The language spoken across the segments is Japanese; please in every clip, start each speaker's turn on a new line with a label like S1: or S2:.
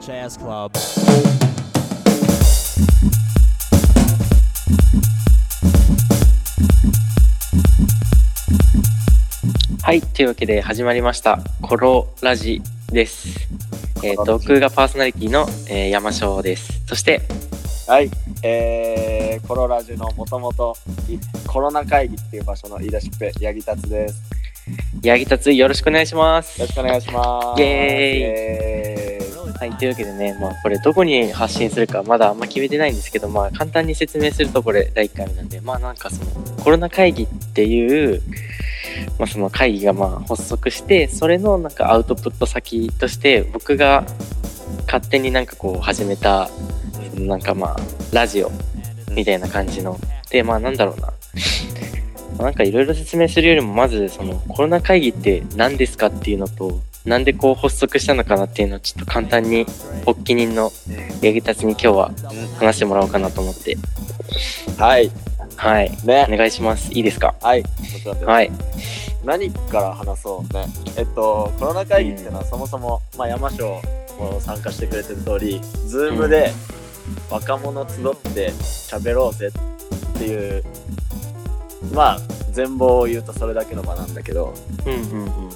S1: Jazz Club.
S2: 「はい」というわけで始まりました「コロラジ」です。えー、と僕がパーソナリティの、えー、山椒です。そして
S3: はい、えー、コロラジのもともといコロナ会議っていう場所の言い出しっぺ、八木達です。
S2: 八木達よろしくお願いします
S3: よろ。しくお願いします。
S2: イエーイ
S3: エーイ
S2: はい、というわけでね、まあ、これどこに発信するかまだあんま決めてないんですけど、まあ、簡単に説明するとこれ第1回目なんで、まあ、なんかそのコロナ会議っていう、まあ、その会議がまあ発足してそれのなんかアウトプット先として僕が勝手になんかこう始めたそのなんかまあラジオみたいな感じのでまあなんだろうななんかいろいろ説明するよりもまずそのコロナ会議って何ですかっていうのとなんでこう発足したのかなっていうのをちょっと簡単に発起人の八木たちに今日は話してもらおうかなと思って
S3: はい、
S2: はい
S3: ね
S2: お、願いしますいいですか
S3: はい、もちろんです。
S2: はい
S3: 何から話そうね。えっと、コロナ会議っていうのはそもそも、まあ、山椒も参加してくれてる通り、ズームで若者集って喋ろうぜっていう、まあ、全貌を言うとそれだけの場なんだけど、
S2: うんうん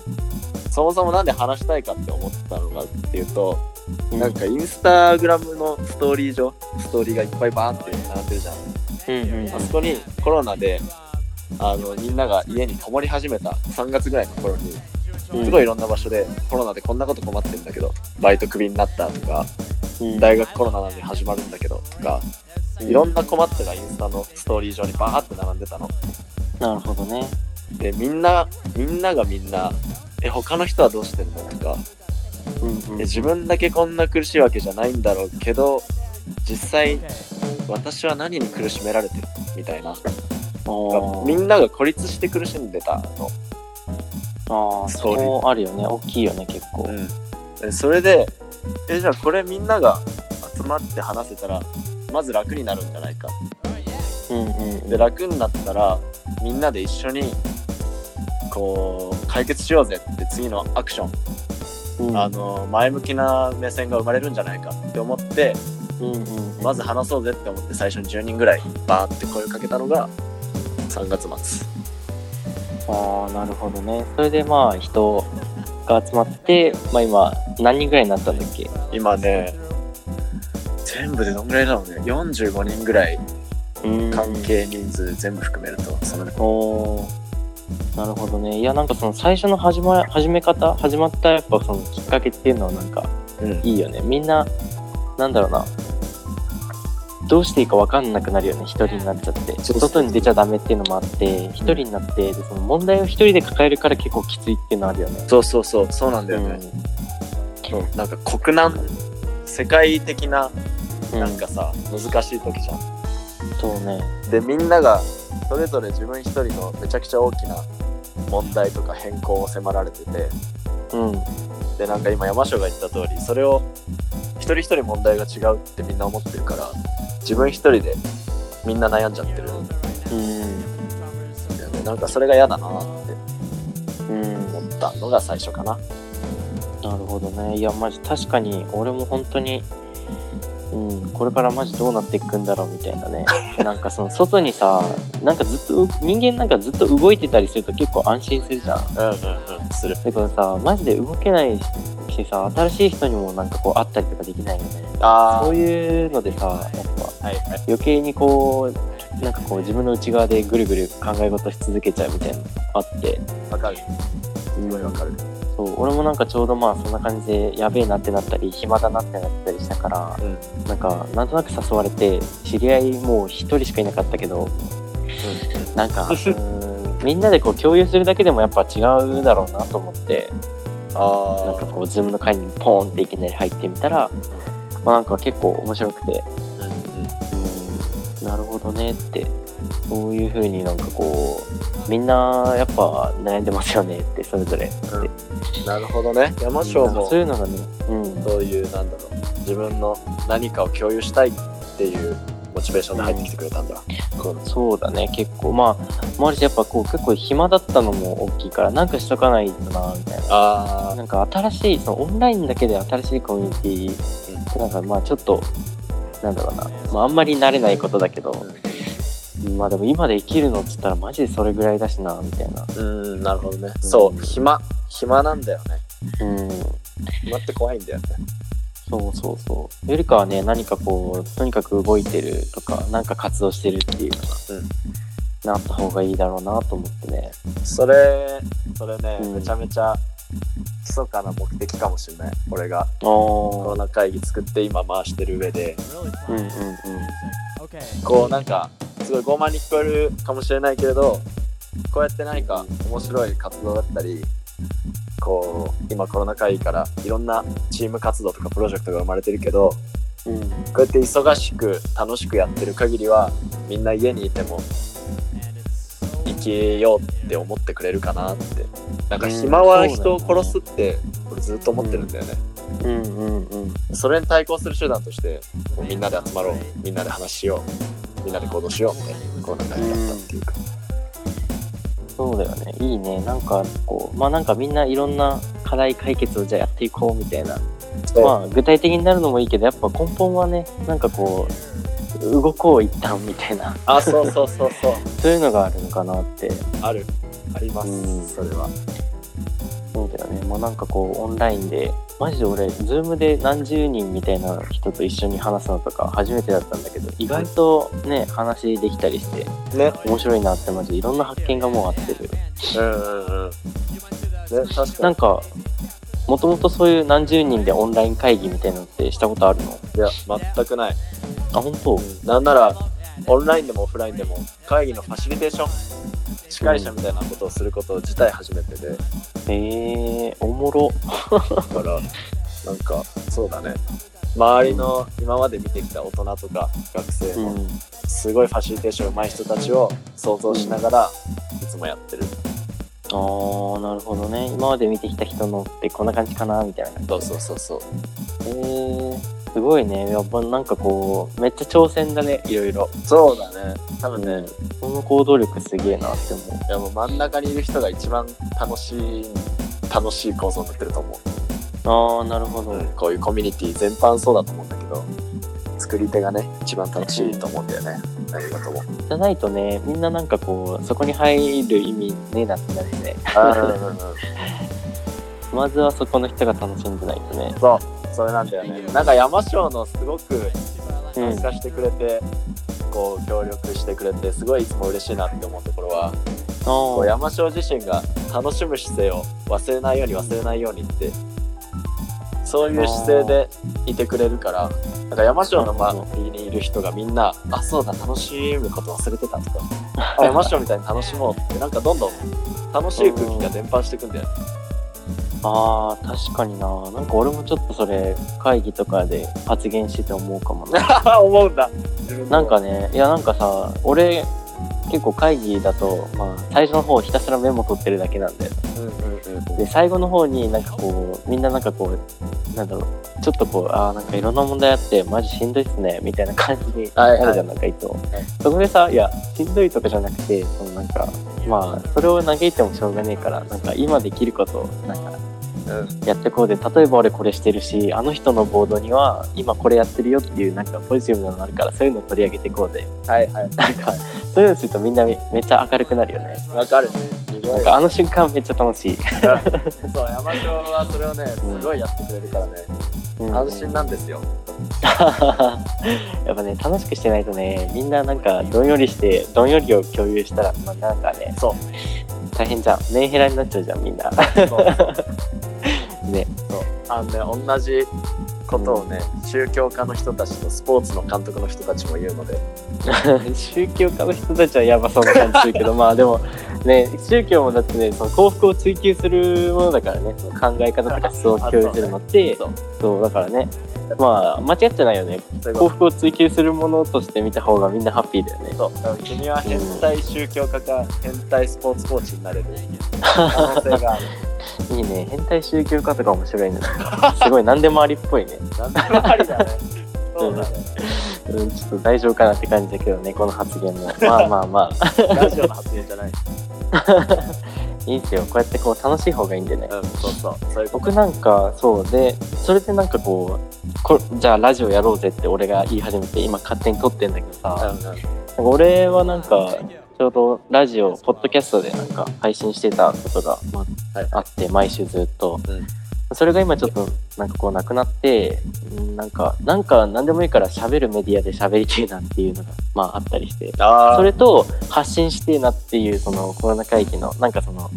S3: そもそもなんで話したいかって思ったのかっていうと、
S2: うん
S3: なんかインスタグラムのストーリー上、ストーリーがいっぱいバーンって並んでるじゃん。
S2: うんうん
S3: あそこにコロナで、あの、みんなが家にこもり始めた3月ぐらいの頃に、
S2: うん
S3: すごいいろんな場所でコロナでこんなこと困ってんだけど、バイトクビになったとか、
S2: うん
S3: 大学コロナなんで始まるんだけどとか、
S2: うん
S3: いろんな困ってたインスタのストーリー上にバーって並んでたの。
S2: なるほどね
S3: で、みんな、みんながみんな、え、他の人はどうしてんのとか、
S2: うん
S3: で
S2: うん
S3: 自分だけこんな苦しいわけじゃないんだろうけど実際私は何に苦しめられてるみたいな
S2: おー
S3: みんなが孤立して苦しんでたの、
S2: ああそうあるよね大きいよね結構
S3: でそれでえじゃあこれみんなが集まって話せたらまず楽になるんじゃないか
S2: うんうん
S3: で楽になったらみんなで一緒にこう解決しようぜって次のアクション、
S2: うん
S3: あの前向きな目線が生まれるんじゃないかって思って
S2: うんうんうん
S3: まず話そうぜって思って最初に10人ぐらいバーって声をかけたのが3月末
S2: ああなるほどねそれでまあ人が集まってまあ今何人ぐらいになったんだっけ
S3: 今ね全部でどんぐらいだろうね45人ぐらい
S2: うん
S3: 関係人数全部含めるとその
S2: おーなるほどねいやなんかその最初の始,、ま、始め方始まったやっぱそのきっかけっていうのはなんか
S3: うん
S2: いいよねみんななんだろうなどうしていいか分かんなくなるよね一人になっちゃって
S3: そうそう
S2: 外に出ちゃダメっていうのもあって一人になってでその問題を一人で抱えるから結構きついっていうのあるよね
S3: そうそうそうそうなんだよね、そうなんか国難世界的な
S2: うん
S3: なんかさ、難しい時じゃん
S2: そうね
S3: でみんながそれぞれ自分一人のめちゃくちゃ大きな問題とか変更を迫られてて
S2: うん
S3: でなんか今山椒が言った通りそれを一人一人問題が違うってみんな思ってるから自分一人でみんな悩んじゃってるん
S2: う
S3: だよねなんかそれが嫌だなって
S2: んうん
S3: 思ったのが最初かな
S2: なるほどね。いや、マジ確かに、俺も本当に、うん、これからマジどうなっていくんだろうみたいなね。なんかその外にさ、なんかずっと、人間なんかずっと動いてたりすると結構安心するじゃん。
S3: うんうんうんする
S2: だけどさ、マジで動けないしさ、新しい人にもなんかこう会ったりとかできないよね。
S3: ああ
S2: そういうのでさ、やっぱ
S3: はいはい
S2: 余計にこう、なんかこう自分の内側でぐるぐる考え事し続けちゃうみたいなのあって。
S3: わかるすごいわかる
S2: そう俺もなんかちょうどまあそんな感じでやべえなってなったり暇だなってなったりしたから
S3: うん
S2: なんかなんとなく誘われて知り合いもう一人しかいなかったけどなん かうーんみんなでこう共有するだけでもやっぱ違うだろうなと思ってなん
S3: あ
S2: かこう Zoom の会にポーンっていきなり入ってみたら、まあ、なんか結構面白くて
S3: あ
S2: うんなるほどねってそういう風になんかこうみんなやっぱ悩んでますよねってそれぞれって
S3: なるほどね山椒
S2: なんか
S3: も
S2: そういうのがねうん
S3: そういうなんだろう自分の何かを共有したいっていうモチベーションで入ってきてくれたんだこう
S2: そうだね結構まあもあるしやっぱこう結構暇だったのも大きいからなんかしとかないとなみたいな
S3: あ
S2: なんか新しいそのオンラインだけで新しいコミュニテなんかまあちょっとなんだろうな、まあ、あんまり慣れないことだけど、まあでも今で生きるのっつったらマジでそれぐらいだしなみたいな
S3: うん、うん、なるほどね。そう、暇。暇なんだよね。
S2: うん
S3: 暇って怖いんだよね。
S2: そうそうそうよりかはね何かこうとにかく動いてるとか何か活動してるっていうのが、なった方がいいだろうなと思ってね
S3: それ、それね、
S2: うん
S3: めちゃめちゃ、密かな目的かもしれない。俺がコ
S2: お
S3: ロ
S2: ー
S3: ナ会議作って今回してる上で、
S2: うんうんうん
S3: こうなんか、すごい傲慢に聞こえるかもしれないけれど、こうやって何か面白い活動だったり、こう、今コロナ会議からいろんなチーム活動とかプロジェクトが生まれてるけど、
S2: うん
S3: こうやって忙しく楽しくやってる限りはみんな家にいても生きようって思ってくれるかなってなんか暇は人を殺すって俺ずっと思ってるんだよね
S2: うんうんうん
S3: それに対抗する手段としてもうみんなで集まろうみんなで話しようみんなで行動しようみたいなこうなんかやったっていうか
S2: そうだよねいいねなんかこうまあなんかみんないろんな課題解決をじゃあやっていこうみたいな
S3: そう
S2: まあ具体的になるのもいいけどやっぱ根本はねなんかこう動こう一旦みたいな
S3: あそうそうそうそう
S2: そういうのがあるのかなって
S3: あるありま
S2: うん
S3: すそれは
S2: そうだよねもうなんかこうオンラインでマジで俺 Zoom で何十人みたいな人と一緒に話すのとか初めてだったんだけど意外とね話できたりして
S3: ね
S2: 面白いなってマジでいろんな発見がもうあってる
S3: うんうんうんね確か
S2: なん
S3: に
S2: かもともとそういう何十人でオンライン会議みたいなのってしたことあるの
S3: いや全くない
S2: あ本当
S3: なんならオンラインでもオフラインでも会議のファシリテーション司会者みたいなことをすること自体初めてでだ
S2: へえおもろ
S3: からなんかそうだね周りの今まで見てきた大人とか学生
S2: うん
S3: のすごいファシリテーション上手い人たちを想像しながらいつもやってる
S2: あーなるほどね今まで見てきた人のってこんな感じかなみたいな感じ
S3: そうそうそうそう
S2: へえすごいねやっぱなんかこうめっちゃ挑戦だねいろいろ
S3: そうだね多分ね
S2: その行動力すげえなって思
S3: いやもう真ん中にいる人が一番楽しい楽しい構造になってると思
S2: うああなるほ
S3: う、
S2: ど、
S3: うん、こういうコミュニティ全般そうだと思うんだけど作り手がね一番楽しいと思うんだよね何だと思う
S2: じゃないとねみんななんかこうそこに入る意味ねえなってなるよねまずはそこの人が楽しんでないとね
S3: そうそれなんだよねなんか山椒のすごく
S2: うん
S3: 参加してくれて、こう協力してくれてすごいいつも嬉しいなって思うところはこう
S2: あ
S3: 山椒自身が楽しむ姿勢を忘れないように忘れないようにってそういう姿勢でいてくれるからなんか山椒の周りにいる人がみんな「あそうだ楽しむこと忘れてた」とか「あ山椒みたいに楽しもう」ってなんかどんどん楽しい空気が伝播していくんだよね
S2: あー確かにななんか俺もちょっとそれ会議とかで発言してて思うかもな
S3: 思うんだ
S2: なんかねいやなんかさ俺結構会議だと、まあ、最初の方ひたすらメモ取ってるだけなんで
S3: うんうんうん
S2: で最後の方になんかこうみんななんかこうなんだろうちょっとこうああなんかいろんな問題あってマジしんどいっすねみたいな感じに
S3: はいはい
S2: なるじゃん、なんかいつも、
S3: い
S2: そこでさいやしんどいとかじゃなくてそのなんかまあそれを嘆いてもしょうがねえからなんか今できることをなんかやってこうで例えば俺これしてるしあの人のボードには今これやってるよっていうなんかポジティブなのがあるからそういうのを取り上げてこうで
S3: はいはい
S2: なんかそういうのするとみんなめめっちゃ明るくなるよね
S3: わかる
S2: なんかあの瞬間めっちゃ楽しい
S3: そう山椒はそれをねすごいやってくれるからね
S2: うん
S3: 安心なんですよ
S2: やっぱね楽しくしてないとねみんななんかどんよりしてどんよりを共有したら、まあ、なんかね
S3: そう
S2: 大変じゃんメンヘラになっちゃうじゃんみんな
S3: そう
S2: ね
S3: あのね同じことをね、宗教家の人たちとスポーツの監督の人たちも言うので
S2: 宗教家の人たちはやばそうな感じするけ どまあでもね宗教もだってねその幸福を追求するものだからねその考え方とか思想を共有するのって
S3: そう
S2: そうだからねまあ間違ってないよね
S3: そういう
S2: 幸
S3: こ
S2: 福を追求するものとして見た方がみんなハッピーだよね
S3: とそう君は変態宗教家か変態スポーツコーチになれる可能性が ある
S2: いいね変態宗教家とか面白いね すごい何でもありっぽいね
S3: なんでもありだねそうだね
S2: うん、ちょっと大丈夫かなって感じだけどね、この発言も。まあまあまあ。
S3: ラジオの発言じゃない
S2: いいですよこうやってこう楽しい方がいいんでね
S3: うん、そうそう。そういうこと。
S2: 僕なんかそうでそれでなんかこうこじゃあラジオやろうぜって俺が言い始めて今勝手に撮ってんだけど
S3: うん
S2: さ、
S3: うん。はい
S2: なんか俺はなんかちょうどラジオポッドキャストでなんか配信してたことがまあ
S3: はい。
S2: あって毎週ずっと、
S3: うん
S2: それが今ちょっとなんかこうなくなってうんなんかなんか何でもいいから喋るメディアで喋りてえなっていうのがまああったりして
S3: ああ。
S2: それと発信してえなっていうそのコロナ会議のなんかその、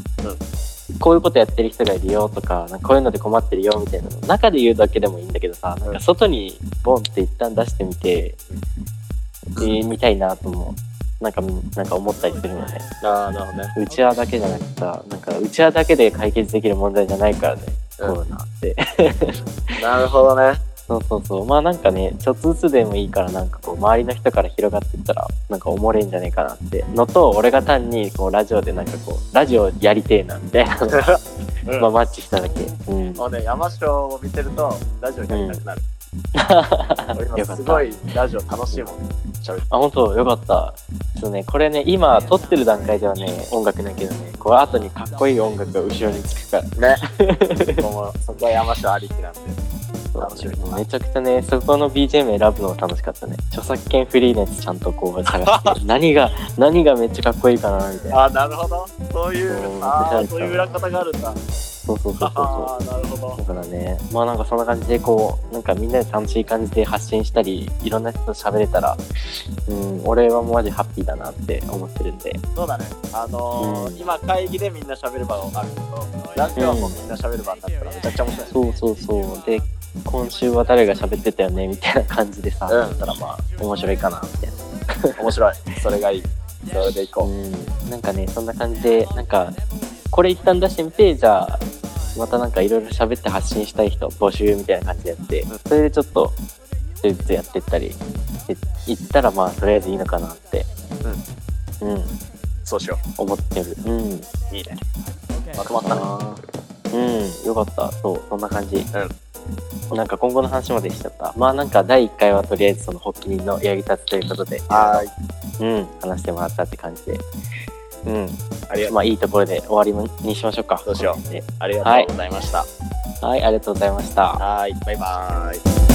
S2: こういうことやってる人がいるよとかなんかこういうので困ってるよみたいなの中で言うだけでもいいんだけどさなんか外にボンって一旦出してみて、
S3: うん
S2: えー見たいなともなんかなんか思ったりするのね。
S3: ああ、なるほどね。
S2: うちわだけじゃなくてさなんかうちわだけで解決できる問題じゃないからね、
S3: うん
S2: コロナって
S3: なるほどね。
S2: そうそうそうまあなんかねちょっとずつでもいいからなんかこう周りの人から広がってったらなんかおもれんじゃねえかなってのと俺が単にこうラジオでなんかこうラジオやりてえなみたいなのが
S3: う ん
S2: まあマッチしただけ、うん、
S3: もうね、山椒を見てると、ラジオやりたくなる。
S2: よかっ
S3: 俺今
S2: た
S3: すごいラジオ楽しいもん。喋って
S2: あ本当よかったそうねこれね今撮ってる段階ではね音楽だけどねこれ後にかっこいい音楽が後ろにつくから
S3: ね。もうそこは山椒ありきなんで。楽しみ
S2: そうねめちゃくちゃねそこの BGM 選ぶのも楽しかったね著作権フリーのやつちゃんとこう探して 何が何がめっちゃかっこいいかなみたいな
S3: ああ、なるほど。そうい、
S2: そうう
S3: ああ、
S2: 出た
S3: そういう裏方があるんだ。
S2: そうそうそう
S3: あ
S2: そ
S3: あ、なるほ
S2: うそ
S3: ど。
S2: うだからねまあなんかそんな感じでこうなんかみんなで楽しい感じで発信したりいろんな人と喋れたらうん俺はマジハッピーだなって思ってるんで
S3: そうだね。あのー
S2: うん
S3: 今会議でみんな喋る場があるけど、ラジオはもうみんな喋る場になったらめちゃくちゃ面白い。
S2: そうそうそうで今週は誰が喋ってたよねみたいな感じでさ、
S3: うん
S2: だったらまあ面白いかなみたいな
S3: 面白い。それがいい。それでいこ
S2: うん、なんかねそんな感じでなんかこれ一旦出してみてじゃあまたなんかいろいろ喋って発信したい人募集みたいな感じでやってそれでちょっと一人ずつやってったりしていったらまあとりあえずいいのかなって、うん
S3: う。そうしよ
S2: 思ってるうん
S3: う。いいね。まとまったね。
S2: うんよかったそうそんな感じ、なんか今後の話までしちゃったまあなんか第1回はとりあえずその発起人の八木達ということで、
S3: はー
S2: う
S3: い。
S2: ん、話してもらったって感じでうん
S3: ありがとう
S2: まあいいところで終わりにしましょうか。
S3: そうしよ
S2: う。
S3: ありがとうございました。
S2: はい、ありがとうございました。
S3: はーい。バイバーイ。